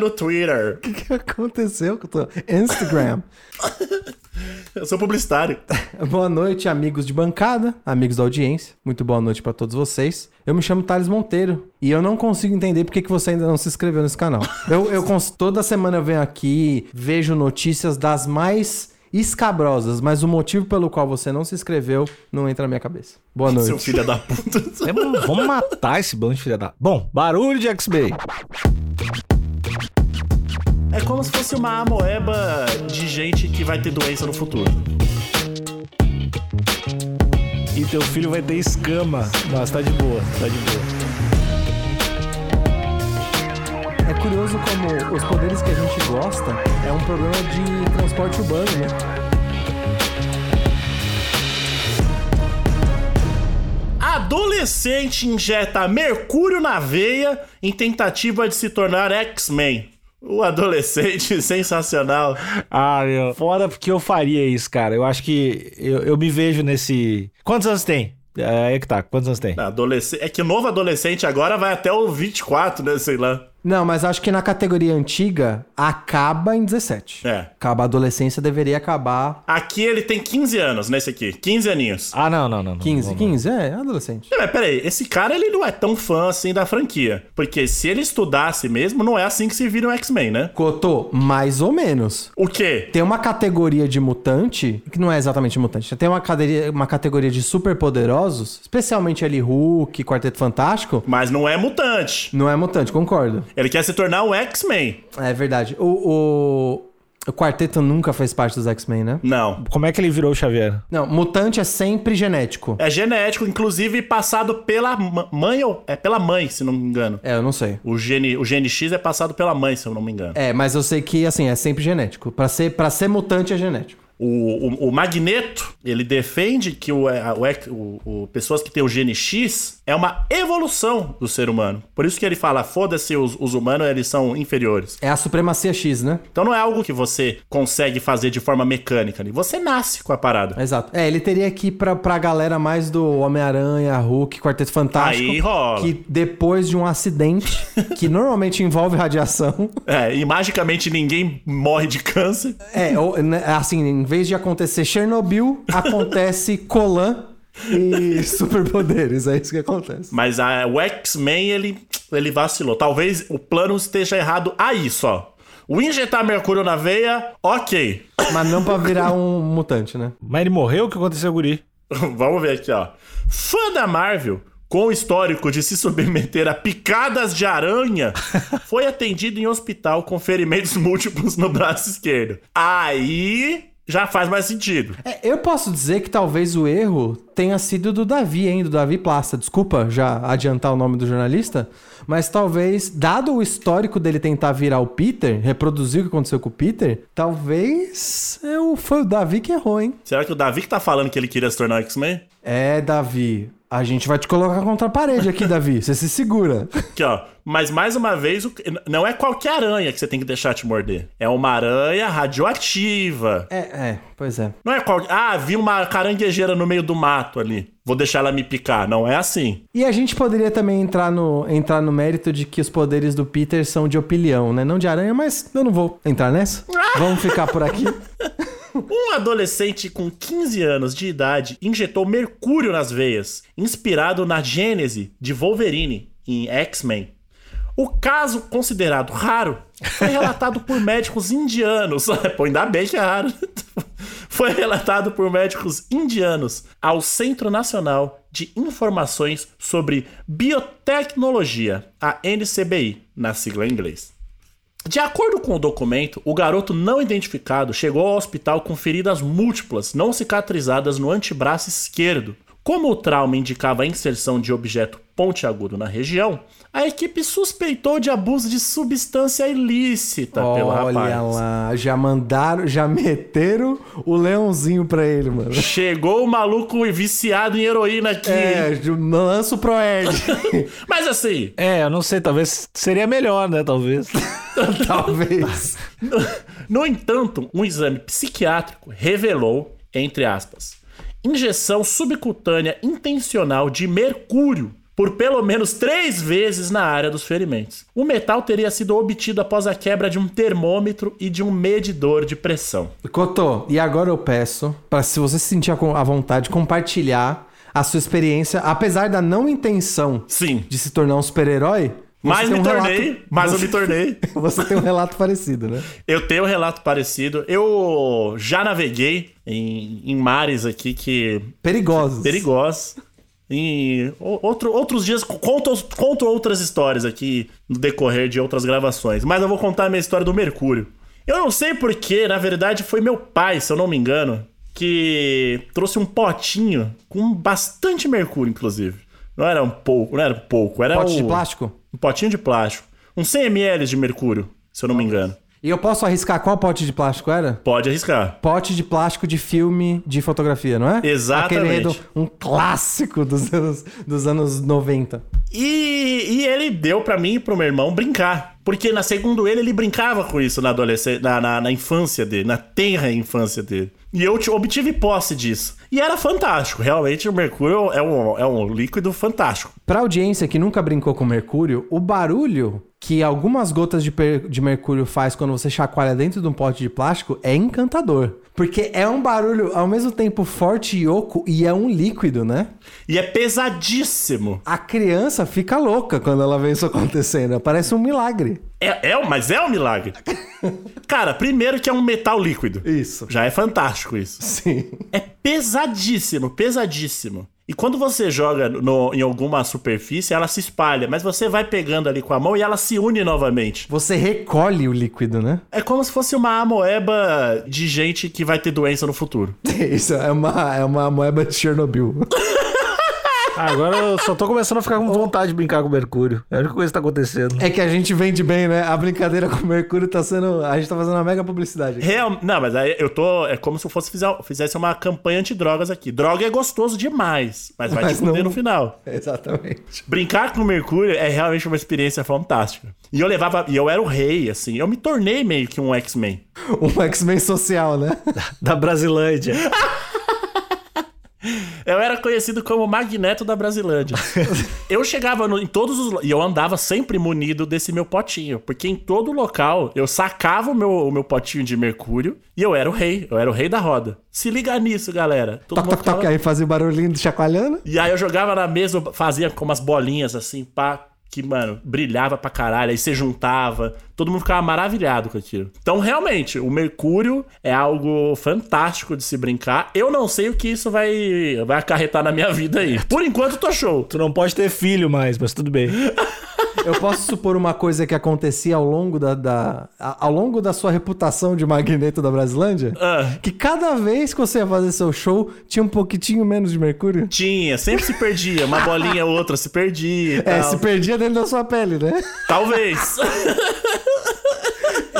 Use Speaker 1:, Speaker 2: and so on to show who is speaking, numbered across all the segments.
Speaker 1: no Twitter.
Speaker 2: O que aconteceu com o teu Instagram?
Speaker 1: Eu sou publicitário.
Speaker 2: boa noite, amigos de bancada, amigos da audiência. Muito boa noite pra todos vocês. Eu me chamo Thales Monteiro e eu não consigo entender por que que você ainda não se inscreveu nesse canal. Eu, eu cons- toda semana eu venho aqui, vejo notícias das mais escabrosas, mas o motivo pelo qual você não se inscreveu não entra na minha cabeça. Boa noite.
Speaker 1: Seu filho da puta.
Speaker 3: É, mano, Vamos matar esse bando de filha da... Bom, barulho de X-Bay.
Speaker 1: É como se fosse uma amoeba de gente que vai ter doença no futuro.
Speaker 3: E teu filho vai ter escama. Mas tá de boa, tá de boa.
Speaker 2: É curioso como os poderes que a gente gosta é um problema de transporte urbano, né?
Speaker 1: Adolescente injeta mercúrio na veia em tentativa de se tornar X-Men. O adolescente sensacional.
Speaker 3: Ah, meu. Foda porque eu faria isso, cara. Eu acho que eu, eu me vejo nesse... Quantos anos tem? É aí que tá, quantos anos tem?
Speaker 1: Adolescente. É que o novo adolescente agora vai até o 24, né? Sei lá.
Speaker 2: Não, mas acho que na categoria antiga acaba em 17.
Speaker 1: É.
Speaker 2: Acaba a adolescência, deveria acabar
Speaker 1: Aqui ele tem 15 anos, nesse aqui. 15 aninhos.
Speaker 3: Ah, não, não, não. não.
Speaker 2: 15.
Speaker 3: Vamos-
Speaker 2: 15, é, é adolescente.
Speaker 1: Não, mas peraí, esse cara ele não é tão fã assim da franquia. Porque se ele estudasse mesmo, não é assim que se vira um X-Men, né?
Speaker 2: Cotô, mais ou menos.
Speaker 1: O quê?
Speaker 2: Tem uma categoria de mutante, que não é exatamente mutante, tem uma, cadeira- uma categoria de superpoderosos, especialmente ali Hulk, Quarteto Fantástico.
Speaker 1: Mas não é mutante.
Speaker 2: Não é mutante, concordo.
Speaker 1: Ele quer se tornar um X-Men.
Speaker 2: É verdade. O, o, o Quarteto nunca fez parte dos X-Men, né?
Speaker 1: Não.
Speaker 3: Como é que ele virou o Xavier?
Speaker 2: Não, mutante é sempre genético.
Speaker 1: É genético, inclusive passado pela ma- mãe ou. É pela mãe, se não me engano.
Speaker 2: É, eu não sei.
Speaker 1: O gene, o gene X é passado pela mãe, se eu não me engano.
Speaker 2: É, mas eu sei que, assim, é sempre genético. Pra ser, pra ser mutante é genético.
Speaker 1: O, o, o Magneto, ele defende que o, é, a- o X- o- o- pessoas que têm o gene X é uma evolução do ser humano. Por isso que ele fala: foda-se, os- os humanos eles são inferiores.
Speaker 2: É a supremacia X, né?
Speaker 1: Então não é algo que você consegue fazer de forma mecânica. né? Você nasce com a parada.
Speaker 2: Exato. É, ele teria que ir pra, pra galera mais do Homem-Aranha, Hulk, Quarteto Fantástico.
Speaker 1: Aí rola.
Speaker 2: Que depois de um acidente, que normalmente envolve radiação,
Speaker 1: É, e magicamente ninguém morre de câncer.
Speaker 2: é, ou, né, assim, em vez de acontecer Chernobyl, acontece Colan e superpoderes. É isso que acontece.
Speaker 1: Mas a, o X-Men, ele, ele vacilou. Talvez o plano esteja errado aí só. O injetar mercúrio na veia, ok.
Speaker 2: Mas não pra virar um mutante, né?
Speaker 3: Mas ele morreu? O que aconteceu, guri?
Speaker 1: Vamos ver aqui, ó. Fã da Marvel, com o histórico de se submeter a picadas de aranha, foi atendido em hospital com ferimentos múltiplos no braço esquerdo. Aí já faz mais sentido.
Speaker 2: É, eu posso dizer que talvez o erro tenha sido do Davi, hein? Do Davi Plasta. Desculpa já adiantar o nome do jornalista. Mas talvez, dado o histórico dele tentar virar o Peter, reproduzir o que aconteceu com o Peter, talvez eu, foi o Davi que errou, hein?
Speaker 1: Será que o Davi que tá falando que ele queria se tornar X-Men?
Speaker 2: É, Davi. A gente vai te colocar contra a parede aqui, Davi. Você se segura.
Speaker 1: Aqui, ó. Mas mais uma vez, o- não é qualquer aranha que você tem que deixar te morder. É uma aranha radioativa.
Speaker 2: É, é, pois é.
Speaker 1: Não é qualquer. Ah, vi uma caranguejeira no meio do mato ali. Vou deixar ela me picar. Não é assim.
Speaker 2: E a gente poderia também entrar no, entrar no mérito de que os poderes do Peter são de opilião, né? Não de aranha, mas eu não vou entrar nessa. Vamos ficar por aqui.
Speaker 1: Um adolescente com 15 anos de idade injetou mercúrio nas veias, inspirado na gênese de Wolverine em X-Men. O caso, considerado raro, foi relatado por médicos indianos. Pô, ainda bem que é raro. Foi relatado por médicos indianos ao Centro Nacional de Informações sobre Biotecnologia, a NCBI, na sigla em inglês. De acordo com o documento, o garoto não identificado chegou ao hospital com feridas múltiplas não cicatrizadas no antebraço esquerdo. Como o trauma indicava a inserção de objeto Pontiagudo na região, a equipe suspeitou de abuso de substância ilícita pelo rapaz.
Speaker 2: Olha lá, já mandaram, já meteram o leãozinho pra ele, mano.
Speaker 1: Chegou o maluco viciado em heroína aqui.
Speaker 2: É,
Speaker 1: hein?
Speaker 2: lança o Proerd.
Speaker 1: Mas assim,
Speaker 3: É, eu não sei, talvez seria melhor, né? Talvez.
Speaker 2: Talvez.
Speaker 1: no entanto, um exame psiquiátrico revelou, entre aspas, injeção subcutânea intencional de mercúrio por pelo menos três vezes na área dos ferimentos. O metal teria sido obtido após a quebra de um termômetro e de um medidor de pressão.
Speaker 2: Cotô, e agora eu peço pra se você se sentir a a vontade, compartilhar a sua experiência, apesar da não intenção
Speaker 1: Sim.
Speaker 2: de se tornar um super-herói. você
Speaker 1: Mas
Speaker 2: tem
Speaker 1: me
Speaker 2: um relato-
Speaker 1: tornei, mas eu me tornei.
Speaker 2: Você tem um relato parecido, né?
Speaker 1: Eu tenho um relato parecido. Eu já naveguei em, em mares aqui que
Speaker 2: Perigosos.
Speaker 1: perigosos. E o- outro, outros dias conto, conto outras histórias aqui no decorrer de outras gravações. Mas eu vou contar a minha história do Mercúrio. Eu não sei porque, na verdade, foi meu pai, se eu não me engano, que trouxe um potinho com bastante mercúrio, inclusive. Não era um pouco, não era pouco, era
Speaker 2: Pote de
Speaker 1: o-
Speaker 2: plástico?
Speaker 1: Um potinho de plástico. Uns 100 ml de mercúrio, se eu não me engano.
Speaker 2: E eu posso arriscar qual pote de plástico era?
Speaker 1: Pode arriscar.
Speaker 2: Pote de plástico de filme de fotografia, não é?
Speaker 1: Exatamente.
Speaker 2: Aquele enredo, um clássico dos anos, dos anos 90.
Speaker 1: E, e ele deu pra mim e pro meu irmão brincar. Porque, na segundo ele, ele brincava com isso na adolescência, na, na, na infância dele, na tenra infância dele. E eu te- obtive posse disso. E era fantástico. Realmente, o mercúrio é um, é um líquido fantástico.
Speaker 2: Pra audiência que nunca brincou com mercúrio, o barulho que algumas gotas de, per- de mercúrio faz quando você chacoalha dentro de um pote de plástico é encantador. Porque é um barulho ao mesmo tempo forte e oco e é um líquido, né?
Speaker 1: E é pesadíssimo.
Speaker 2: A criança fica louca quando ela vê isso acontecendo. Parece um milagre.
Speaker 1: É, é, um- mas é um milagre. Cara, primeiro que é um metal líquido.
Speaker 2: Isso.
Speaker 1: Já é fantástico isso.
Speaker 2: Sim.
Speaker 1: É pesadíssimo, pesadíssimo. E quando você joga no- em alguma superfície, ela se espalha, mas você vai pegando ali com a mão e ela se une novamente.
Speaker 2: Você recolhe o líquido, né?
Speaker 1: É como se fosse uma amoeba de gente que vai ter doença no futuro.
Speaker 2: Isso é uma, é uma moeba de Chernobyl.
Speaker 3: Ah, Agora eu só tô começando a ficar com vontade de brincar com o Mercúrio. É a única coisa que tá acontecendo.
Speaker 2: É que a gente vende bem, né? A brincadeira com o mercúrio tá sendo. A gente tá fazendo uma mega publicidade. aqui.
Speaker 1: Real, não, mas aí eu tô. É como se eu fosse fizer- fizesse uma campanha anti-drogas aqui. Droga é gostoso demais, mas vai
Speaker 2: Mas
Speaker 1: te fuder
Speaker 2: não-
Speaker 1: no final.
Speaker 2: Exatamente.
Speaker 1: Brincar com o Mercúrio é realmente uma experiência fantástica. E eu levava. E eu era o rei, assim. Eu me tornei meio que um X-Men.
Speaker 2: Um X-Men social, né?
Speaker 3: Da Brasilândia.
Speaker 1: Eu era conhecido como Magneto da Brasilândia. eu chegava no- em todos os. lo- E eu andava sempre munido desse meu potinho. Porque em todo local eu sacava o meu, o meu potinho de mercúrio e eu era o rei. Eu era o rei da roda. Se liga nisso, galera. Todo
Speaker 2: Toc,
Speaker 1: mundo
Speaker 2: toc, toc.
Speaker 1: ficava-
Speaker 2: Aí fazia o barulhinho do chacoalhando.
Speaker 1: E aí eu jogava na mesa, eu fazia com umas bolinhas assim, pá. Que, mano, brilhava pra caralho, aí você juntava, todo mundo ficava maravilhado com aquilo. Então, realmente, o Mercúrio é algo fantástico de se brincar. Eu não sei o que isso vai, vai acarretar na minha vida aí. Por enquanto, tô show.
Speaker 3: Tu não pode ter filho mais, mas tudo bem.
Speaker 2: Eu posso supor uma coisa que acontecia ao longo da, da- a- ao longo da sua reputação de magneto da Brasilândia?
Speaker 1: Ah.
Speaker 2: Que cada vez que você ia fazer seu show, tinha um pouquitinho menos de mercúrio?
Speaker 1: Tinha, sempre se perdia, uma bolinha ou outra se perdia. e
Speaker 2: É,
Speaker 1: tal.
Speaker 2: se perdia dentro da sua pele, né?
Speaker 1: Talvez.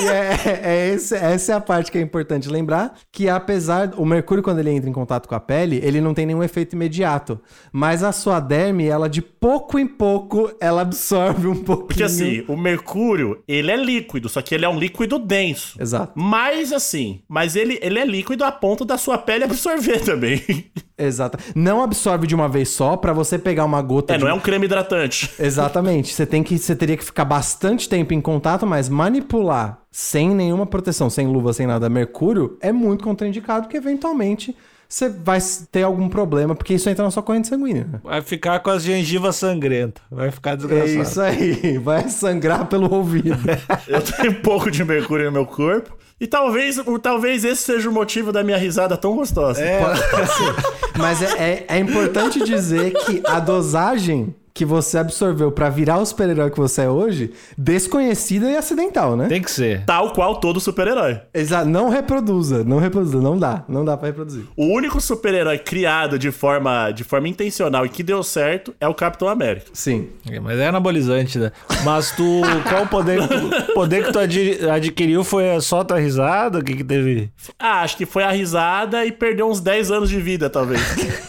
Speaker 2: E é, é- é esse- essa é a parte que é importante lembrar, que apesar o mercúrio quando ele entra em contato com a pele, ele não tem nenhum efeito imediato, mas a sua derme, ela de pouco em pouco, ela absorve um pouquinho.
Speaker 1: Porque assim, o mercúrio, ele é líquido, só que ele é um líquido denso.
Speaker 2: Exato.
Speaker 1: Mas assim, mas ele, ele é líquido a ponto da sua pele absorver também.
Speaker 2: Exato. Não absorve de uma vez só pra você pegar uma gota
Speaker 1: É, um não
Speaker 2: de
Speaker 1: é um creme hidratante.
Speaker 2: Exatamente. Você tem que você teria que ficar bastante tempo em contato, mas manipular sem nenhuma proteção, sem luva, sem nada, mercúrio é muito contraindicado, porque eventualmente você vai ter algum problema, porque isso entra na sua corrente sanguínea. né?
Speaker 3: Vai ficar com as gengivas sangrentas. Vai ficar
Speaker 2: É
Speaker 3: desgraçado.
Speaker 2: isso aí, vai sangrar pelo ouvido.
Speaker 1: Eu tenho um pouco de mercúrio no meu corpo. E talvez, o- talvez esse seja o motivo da minha risada tão gostosa.
Speaker 2: é Pode- assim, mas é, é- é importante dizer que a dosagem que você absorveu pra virar o super-herói que você é hoje, desconhecida e acidental, né?
Speaker 3: Tem que ser.
Speaker 1: Tal qual todo super-herói.
Speaker 2: Exato, não reproduza, não reproduza, não dá, não dá pra reproduzir.
Speaker 1: O único super-herói criado de forma, de forma intencional e que deu certo é o Capitão América.
Speaker 2: Sim.
Speaker 3: É, Mas é anabolizante, né? Mas tu. qual o poder, o poder que tu adi- adquiriu foi só tua risada? O que, que teve?
Speaker 1: Ah, acho que foi a risada e perdeu uns 10 anos de vida, talvez.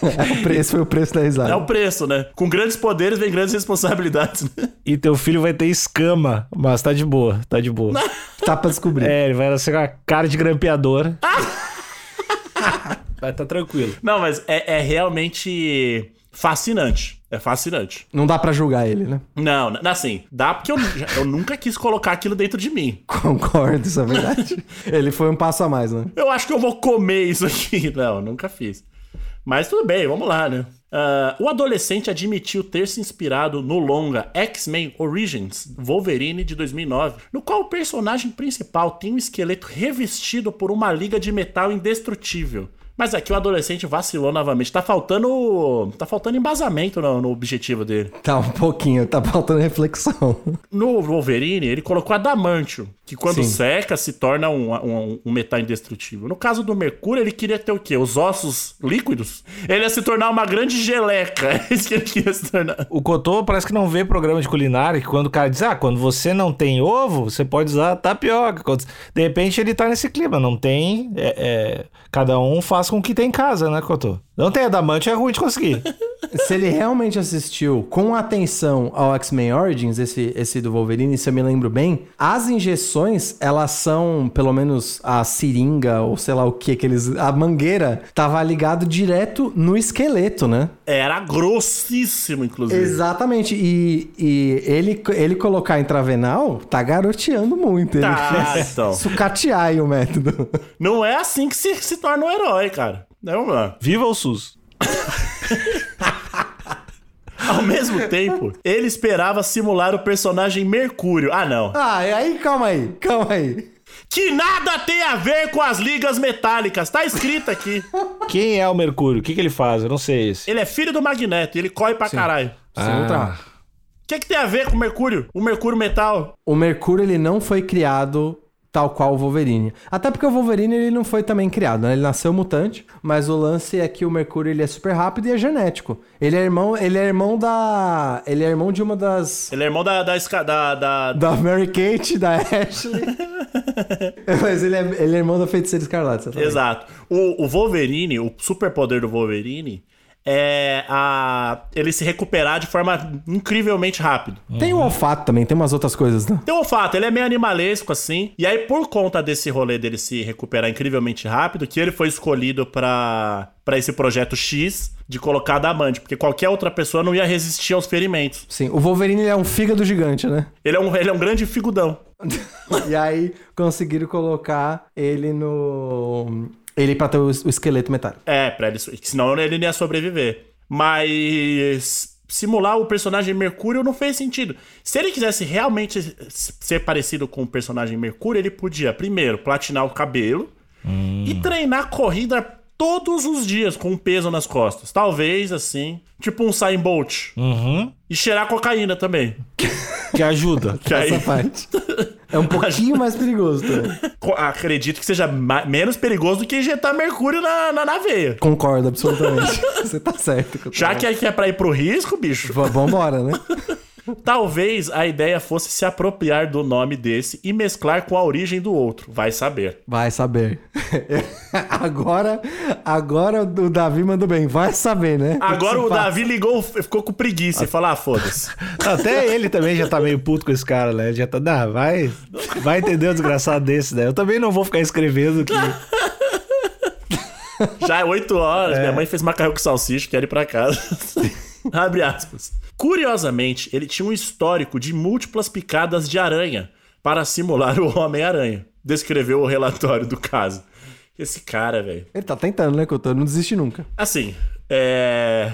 Speaker 2: É o pre- Esse foi o preço da risada.
Speaker 1: é o preço, né? Com grandes poderes vem grandes responsabilidades, né?
Speaker 3: E teu filho vai ter escama, mas tá de boa, tá de boa.
Speaker 2: Tá pra descobrir.
Speaker 3: É, ele vai nascer com a cara de grampeador. vai tá tranquilo.
Speaker 1: Não, mas é, é realmente fascinante. É fascinante.
Speaker 2: Não dá pra julgar ele, né?
Speaker 1: Não, n- assim, dá porque eu, já- eu nunca quis colocar aquilo dentro de mim.
Speaker 2: Concordo, isso é verdade. ele foi um passo a mais, né?
Speaker 1: Eu acho que eu vou comer isso aqui. Não, nunca fiz. Mas tudo bem, vamos lá, né? Ah, o adolescente admitiu ter se inspirado no longa X-Men Origins Wolverine de 2009, no qual o personagem principal tem um esqueleto revestido por uma liga de metal indestrutível. Mas aqui o adolescente vacilou novamente. Tá faltando, tá faltando embasamento no- no objetivo dele.
Speaker 2: Tá um pouquinho, tá faltando reflexão.
Speaker 1: No Wolverine, ele colocou adamantio, que quando
Speaker 2: Sim.
Speaker 1: seca se torna um, um- um metal indestrutível. No caso do Mercúrio, ele queria ter o quê? Os ossos líquidos? Ele ia se tornar uma grande geleca. É isso que ele queria se tornar.
Speaker 3: O Cotô parece que não vê programa de culinária, que quando o cara diz, ah, quando você não tem ovo, você pode usar tapioca. Quando- De repente ele tá nesse clima, não tem. é, é, cada um faz com o que tem em casa, né, Cotô? Não tem adamante, é ruim de conseguir.
Speaker 2: Se ele realmente assistiu com atenção ao X-Men Origins, esse, esse do Wolverine, se eu me lembro bem, as injeções, elas são, pelo menos a seringa ou sei lá o que que eles. A mangueira tava ligado direto no esqueleto, né?
Speaker 1: Era grossíssimo, inclusive.
Speaker 2: Exatamente. E, e ele, ele colocar intravenal tá garoteando muito. Ele
Speaker 1: Tá,
Speaker 2: quis
Speaker 1: então.
Speaker 2: sucatear aí o método.
Speaker 1: Não é assim que se, se torna um herói, cara. Não, mano.
Speaker 3: Viva o SUS!
Speaker 1: Ao mesmo tempo, ele esperava simular o personagem Mercúrio. Ah, não.
Speaker 2: Ah, e aí, calma aí, calma aí.
Speaker 1: Que nada tem a ver com as ligas metálicas. Tá escrito aqui.
Speaker 3: Quem é o Mercúrio? O que, que ele faz? Eu não sei esse.
Speaker 1: Ele é filho do Magneto e ele corre pra caralho.
Speaker 2: Sem
Speaker 3: Ah.
Speaker 2: outra.
Speaker 1: O que, que tem a ver com o Mercúrio? O Mercúrio Metal?
Speaker 2: O Mercúrio ele não foi criado tal qual o Wolverine. Até porque o Wolverine ele não foi também criado, né? Ele nasceu mutante, mas o lance é que o Mercúrio ele é super rápido e é genético. Ele é irmão, ele é irmão da, ele é irmão de uma das
Speaker 1: Ele é irmão da. da, esca- da, da-
Speaker 2: da Mary Kate, da Ashley. mas ele é, ele é irmão da Feiticeira Escarlate. você tá ligado?
Speaker 1: Exato. O, o Wolverine, o superpoder do Wolverine, é a. ele se recuperar de forma incrivelmente rápido.
Speaker 2: Tem o olfato também, tem umas outras coisas, né?
Speaker 1: Tem o fato, ele é meio animalesco assim. E aí, por conta desse rolê dele se recuperar incrivelmente rápido, que ele foi escolhido pra. Pra esse projeto X de colocar adamante, porque qualquer outra pessoa não ia resistir aos ferimentos.
Speaker 2: Sim, o Wolverine ele é um fígado gigante, né?
Speaker 1: Ele é um, ele é um grande figudão.
Speaker 2: E aí conseguiram colocar ele no. Ele pra ter o o esqueleto metálico.
Speaker 1: É, pra ele, so- senão ele não ia sobreviver. Mas simular o personagem Mercúrio não fez sentido. Se ele quisesse realmente s- ser parecido com o personagem Mercúrio, ele podia, primeiro, platinar o cabelo e treinar corrida todos os dias com um peso nas costas. Talvez, assim, tipo um Sain Bolt.
Speaker 3: Uhum.
Speaker 1: E cheirar cocaína também.
Speaker 3: Que ajuda.
Speaker 1: Que aí,
Speaker 2: Essa parte. É um pouquinho mais perigoso também.
Speaker 1: co- acredito que seja ma- menos perigoso do que injetar Mercúrio na, na, na veia.
Speaker 2: Concordo, absolutamente. Você tá certo. Cotô.
Speaker 1: Já que aqui é pra ir pro risco, bicho,
Speaker 2: V- Vambora, né?
Speaker 1: Talvez a ideia fosse se apropriar do nome desse e mesclar com a origem do outro, vai saber.
Speaker 2: Vai saber. Agora, agora o Davi mandou bem. Vai saber, né?
Speaker 1: Agora o
Speaker 2: Esse papo.
Speaker 1: Davi ligou, ficou com preguiça e falou: ah, foda-se.
Speaker 3: Até ele também já tá meio puto com esse cara, né? Ele já tá, "Ah, vai, vai entender o desgraçado desse, né? Eu também não vou ficar escrevendo que
Speaker 1: Já é 8 horas, minha mãe fez macarrão com salsicha, quero ir pra casa. Abre aspas. Curiosamente, ele tinha um histórico de múltiplas picadas de aranha para simular o Homem-Aranha, descreveu o relatório do caso. Esse cara, velho.
Speaker 2: Ele tá tentando, né, Couto? Não desiste nunca.
Speaker 1: Assim, é.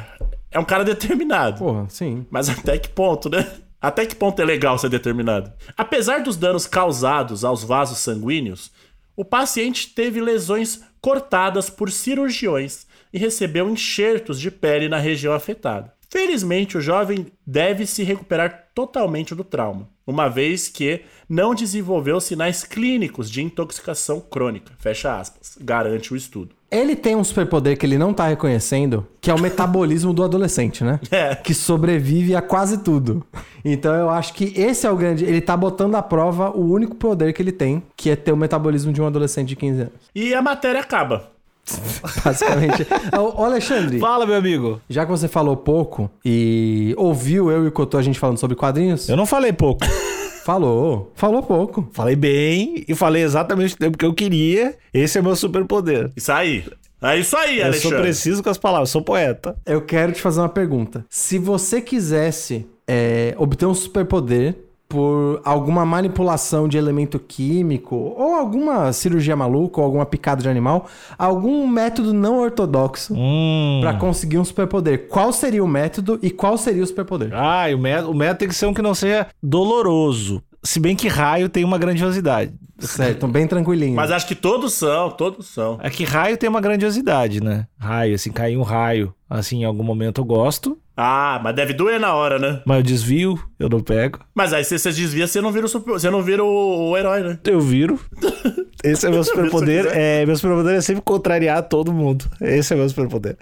Speaker 1: É um cara determinado.
Speaker 2: Porra, sim.
Speaker 1: Mas até que ponto, né? Até que ponto é legal ser determinado? Apesar dos danos causados aos vasos sanguíneos, o paciente teve lesões cortadas por cirurgiões e recebeu enxertos de pele na região afetada. Felizmente, o jovem deve se recuperar totalmente do trauma, uma vez que não desenvolveu sinais clínicos de intoxicação crônica. Fecha aspas. Garante o estudo.
Speaker 2: Ele tem um superpoder que ele não tá reconhecendo, que é o metabolismo do adolescente, né?
Speaker 1: É.
Speaker 2: Que sobrevive a quase tudo. Então eu acho que esse é o grande. Ele tá botando à prova o único poder que ele tem, que é ter o metabolismo de um adolescente de 15 anos.
Speaker 1: E a matéria acaba.
Speaker 2: Basicamente. Ô, Alexandre.
Speaker 3: Fala, meu amigo.
Speaker 2: Já que você falou pouco e ouviu eu e o Cotô a gente falando sobre quadrinhos,
Speaker 3: Eu não falei pouco.
Speaker 2: falou. Falou pouco.
Speaker 3: falei bem e falei exatamente o tempo que eu queria. Esse é meu superpoder.
Speaker 1: Isso aí. É isso aí,
Speaker 3: Eu sou
Speaker 1: Alexandre.
Speaker 3: preciso com as palavras, sou poeta.
Speaker 2: Eu quero te fazer uma pergunta. Se você quisesse é, obter um superpoder por alguma manipulação de elemento químico, ou alguma cirurgia maluca, ou alguma picada de animal, algum método não ortodoxo
Speaker 3: Hum.
Speaker 2: pra conseguir um superpoder, qual seria o método e qual seria o superpoder?
Speaker 3: Ah, e o método, o método tem que ser um que não seja doloroso. Se bem que raio tem uma grandiosidade.
Speaker 2: Certo, bem tranquilinho.
Speaker 1: Mas acho que todos são, todos são.
Speaker 3: É que raio tem uma grandiosidade, né? Raio, assim, cair um raio. Assim, em algum momento eu gosto,
Speaker 1: Ah, mas deve doer na hora, né?
Speaker 3: mas eu desvio, eu não pego.
Speaker 1: Mas aí se você desvia, você não vira o, super- você não vira o, o herói, né?
Speaker 3: Eu viro. Esse é meu superpoder. É, meu superpoder é sempre contrariar todo mundo. Esse é meu superpoder.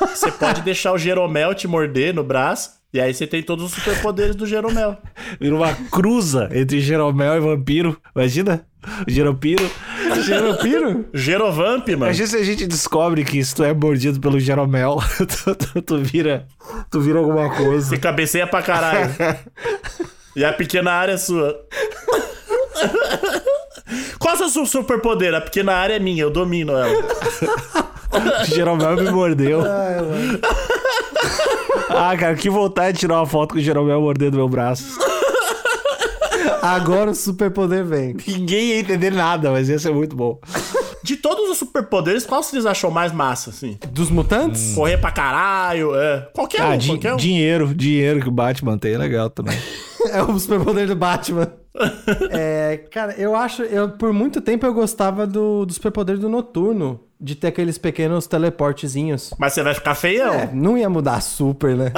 Speaker 1: Você pode deixar o Jeromel te morder no braço, e aí você tem todos os superpoderes do Jeromel.
Speaker 3: Vira uma cruza entre Jeromel e vampiro. Imagina? O Jeropiro.
Speaker 2: Jeropiro?
Speaker 1: Gerovamp, mano.
Speaker 3: Imagina se a gente descobre que se tu é mordido pelo Jeromel, tu, tu- tu vira. Tu vira alguma coisa.
Speaker 1: Você cabeceia pra caralho. e a pequena área é sua. Qual é o seu su- superpoder? A pequena área é minha, eu domino ela.
Speaker 3: O Jeromel me mordeu. Ah, cara, que vontade de tirar uma foto com o Jeromel mordendo meu braço.
Speaker 2: Agora o superpoder vem.
Speaker 3: Ninguém ia entender nada, mas ia ser muito bom.
Speaker 1: De todos os superpoderes, qual vocês acham mais massa, assim?
Speaker 2: Dos mutantes?
Speaker 1: Correr pra caralho, é. Qualquer
Speaker 3: Hum. Ah,
Speaker 1: um,
Speaker 3: di-
Speaker 1: qualquer um.
Speaker 3: dinheiro, dinheiro que o Batman tem é legal também.
Speaker 2: É o superpoder do Batman. É, cara, eu acho. Eu, por muito tempo eu gostava do, do superpoder do noturno. De ter aqueles pequenos teleportezinhos.
Speaker 1: Mas você vai ficar feião.
Speaker 2: É, não ia mudar super, né?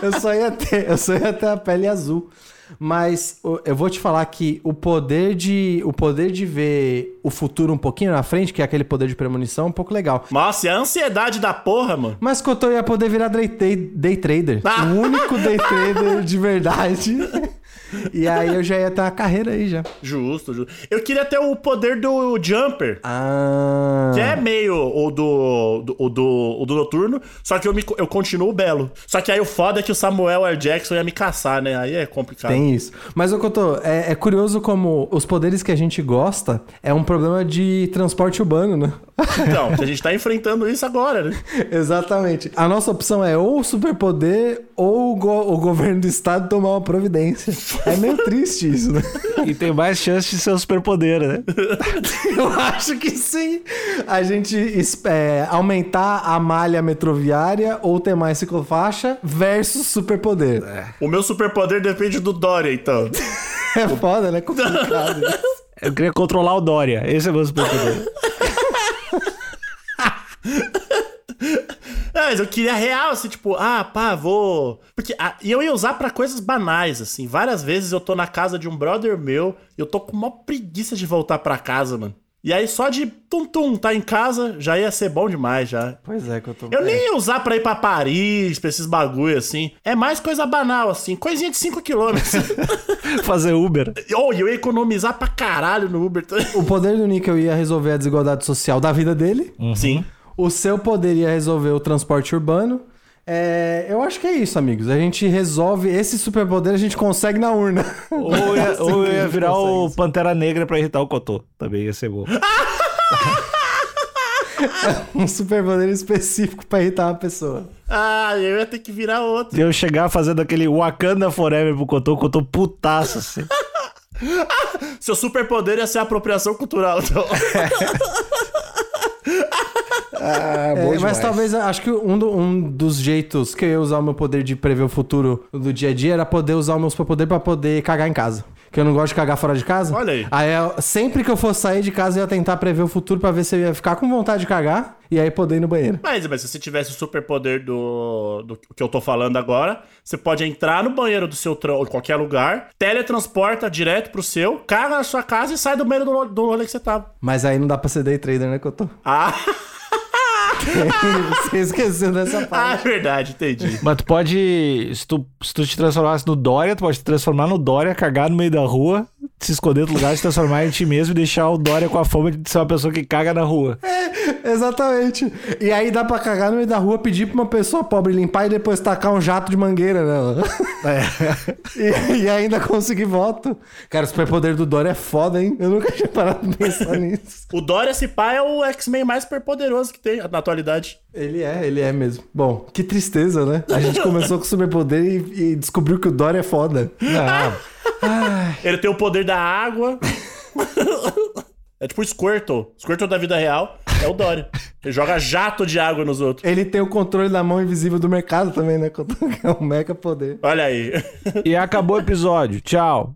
Speaker 2: eu, só ia ter, eu só ia ter a pele azul. Mas o- eu vou te falar que o poder de. O poder de ver o futuro um pouquinho na frente, que é aquele poder de premonição, é um pouco legal.
Speaker 1: Nossa, e a ansiedade da porra, mano.
Speaker 2: Mas Cotô ia poder virar day, day, day trader.
Speaker 1: Ah.
Speaker 2: O único day trader de verdade. E aí eu já ia ter uma carreira aí já.
Speaker 1: Justo, justo. Eu queria ter o poder do Jumper.
Speaker 2: Ah.
Speaker 1: Que é meio o do, do- o do, o do noturno, só que eu, me, eu continuo belo. Só que aí o foda é que o Samuel L. Jackson ia me caçar, né? Aí é complicado.
Speaker 2: Tem isso. Mas, ô Cotô, é, é curioso como os poderes que a gente gosta é um problema de transporte urbano, né?
Speaker 1: Então, a gente tá enfrentando isso agora, né?
Speaker 2: Exatamente. A nossa opção é ou o superpoder ou o, go- o governo do estado tomar uma providência. É meio triste isso, né?
Speaker 3: E tem mais chance de ser um superpoder, né?
Speaker 2: Eu acho que sim. A gente es- é, aumentar a malha metroviária ou ter mais ciclofaixa versus superpoder. É,
Speaker 1: O meu superpoder depende do Dória, então.
Speaker 2: foda, né? Complicado.
Speaker 3: Eu queria controlar o Dória. Esse é meu superpoder.
Speaker 1: Não, mas eu queria real, assim, tipo, ah, pá, vou. Porque, ah, e eu ia usar pra coisas banais, assim. Várias vezes eu tô na casa de um brother meu, eu tô com uma preguiça de voltar pra casa, mano. E aí só de tum-tum, tá em casa, já ia ser bom demais, já.
Speaker 2: pois é, que eu tô.
Speaker 1: Eu nem ia usar pra ir pra Paris, pra esses bagulho assim. É mais coisa banal, assim. Coisinha de 5km.
Speaker 3: Fazer Uber.
Speaker 1: Ou eu ia economizar pra caralho no Uber.
Speaker 2: O poder do Nickel ia resolver a desigualdade social da vida dele.
Speaker 1: Sim.
Speaker 2: O seu poder ia resolver o transporte urbano. É, eu acho que é isso, amigos. A gente resolve esse superpoder, a gente consegue na urna.
Speaker 3: Ou ia, ou eu ia virar o
Speaker 2: Consegue.
Speaker 3: Pantera Negra pra irritar o Cotô. Também ia ser bom.
Speaker 2: um superpoder específico pra irritar uma pessoa.
Speaker 1: Ah, eu ia ter que virar outro.
Speaker 3: Se eu chegar fazendo aquele Wakanda Forever pro Cotô, o Cotô putaço, assim.
Speaker 1: Seu superpoder ia ser a apropriação cultural. Então.
Speaker 4: Ah,
Speaker 2: É, mas talvez acho que um, do- um dos jeitos que eu ia usar o meu poder de prever o futuro do dia a dia era poder usar o meu superpoder pra poder cagar em casa. que eu não gosto de cagar fora de casa.
Speaker 1: Olha aí.
Speaker 2: eu- sempre que eu fosse sair de casa, eu ia tentar prever o futuro pra ver se eu ia ficar com vontade de cagar e aí poder ir no banheiro.
Speaker 1: Mas, mas se você tivesse o superpoder do, do que eu tô falando agora, você pode entrar no banheiro do seu trampo, em qualquer lugar, teletransporta direto pro seu, caga na sua casa e sai do banheiro do, do rolê que você tava.
Speaker 2: Mas aí não dá pra ser day trader, né, que eu tô.
Speaker 1: Ah,
Speaker 2: Você esqueceu dessa
Speaker 1: ah, é
Speaker 2: parte.
Speaker 1: verdade, entendi.
Speaker 3: Mas tu pode. Se tu, se tu te transformasse no Dória, tu pode te transformar no Dória, cagar no meio da rua, se esconder do lugar, se transformar em ti mesmo e deixar o Dória com a fama de ser uma pessoa que caga na rua.
Speaker 2: Exatamente. E aí dá pra cagar no meio da rua, pedir pra uma pessoa pobre limpar e depois tacar um jato de mangueira nela. E, e ainda conseguir voto. Cara, o superpoder do Dória é foda, hein? Eu nunca tinha parado de pensar nisso.
Speaker 1: O Dória, esse pá, é o X-Men mais superpoderoso que tem na atualidade.
Speaker 2: Ele é, ele é mesmo. Bom, que tristeza, né? A gente começou com o superpoder e, e descobriu que o Dória é foda.
Speaker 1: Ele tem o poder da água. é tipo o Squirtle. Squirtle da vida real é o Dória. Ele joga jato de água nos outros.
Speaker 2: Ele tem o controle da mão invisível do mercado também, né? Que é um mega poder.
Speaker 1: Olha aí.
Speaker 3: E acabou o episódio. Tchau.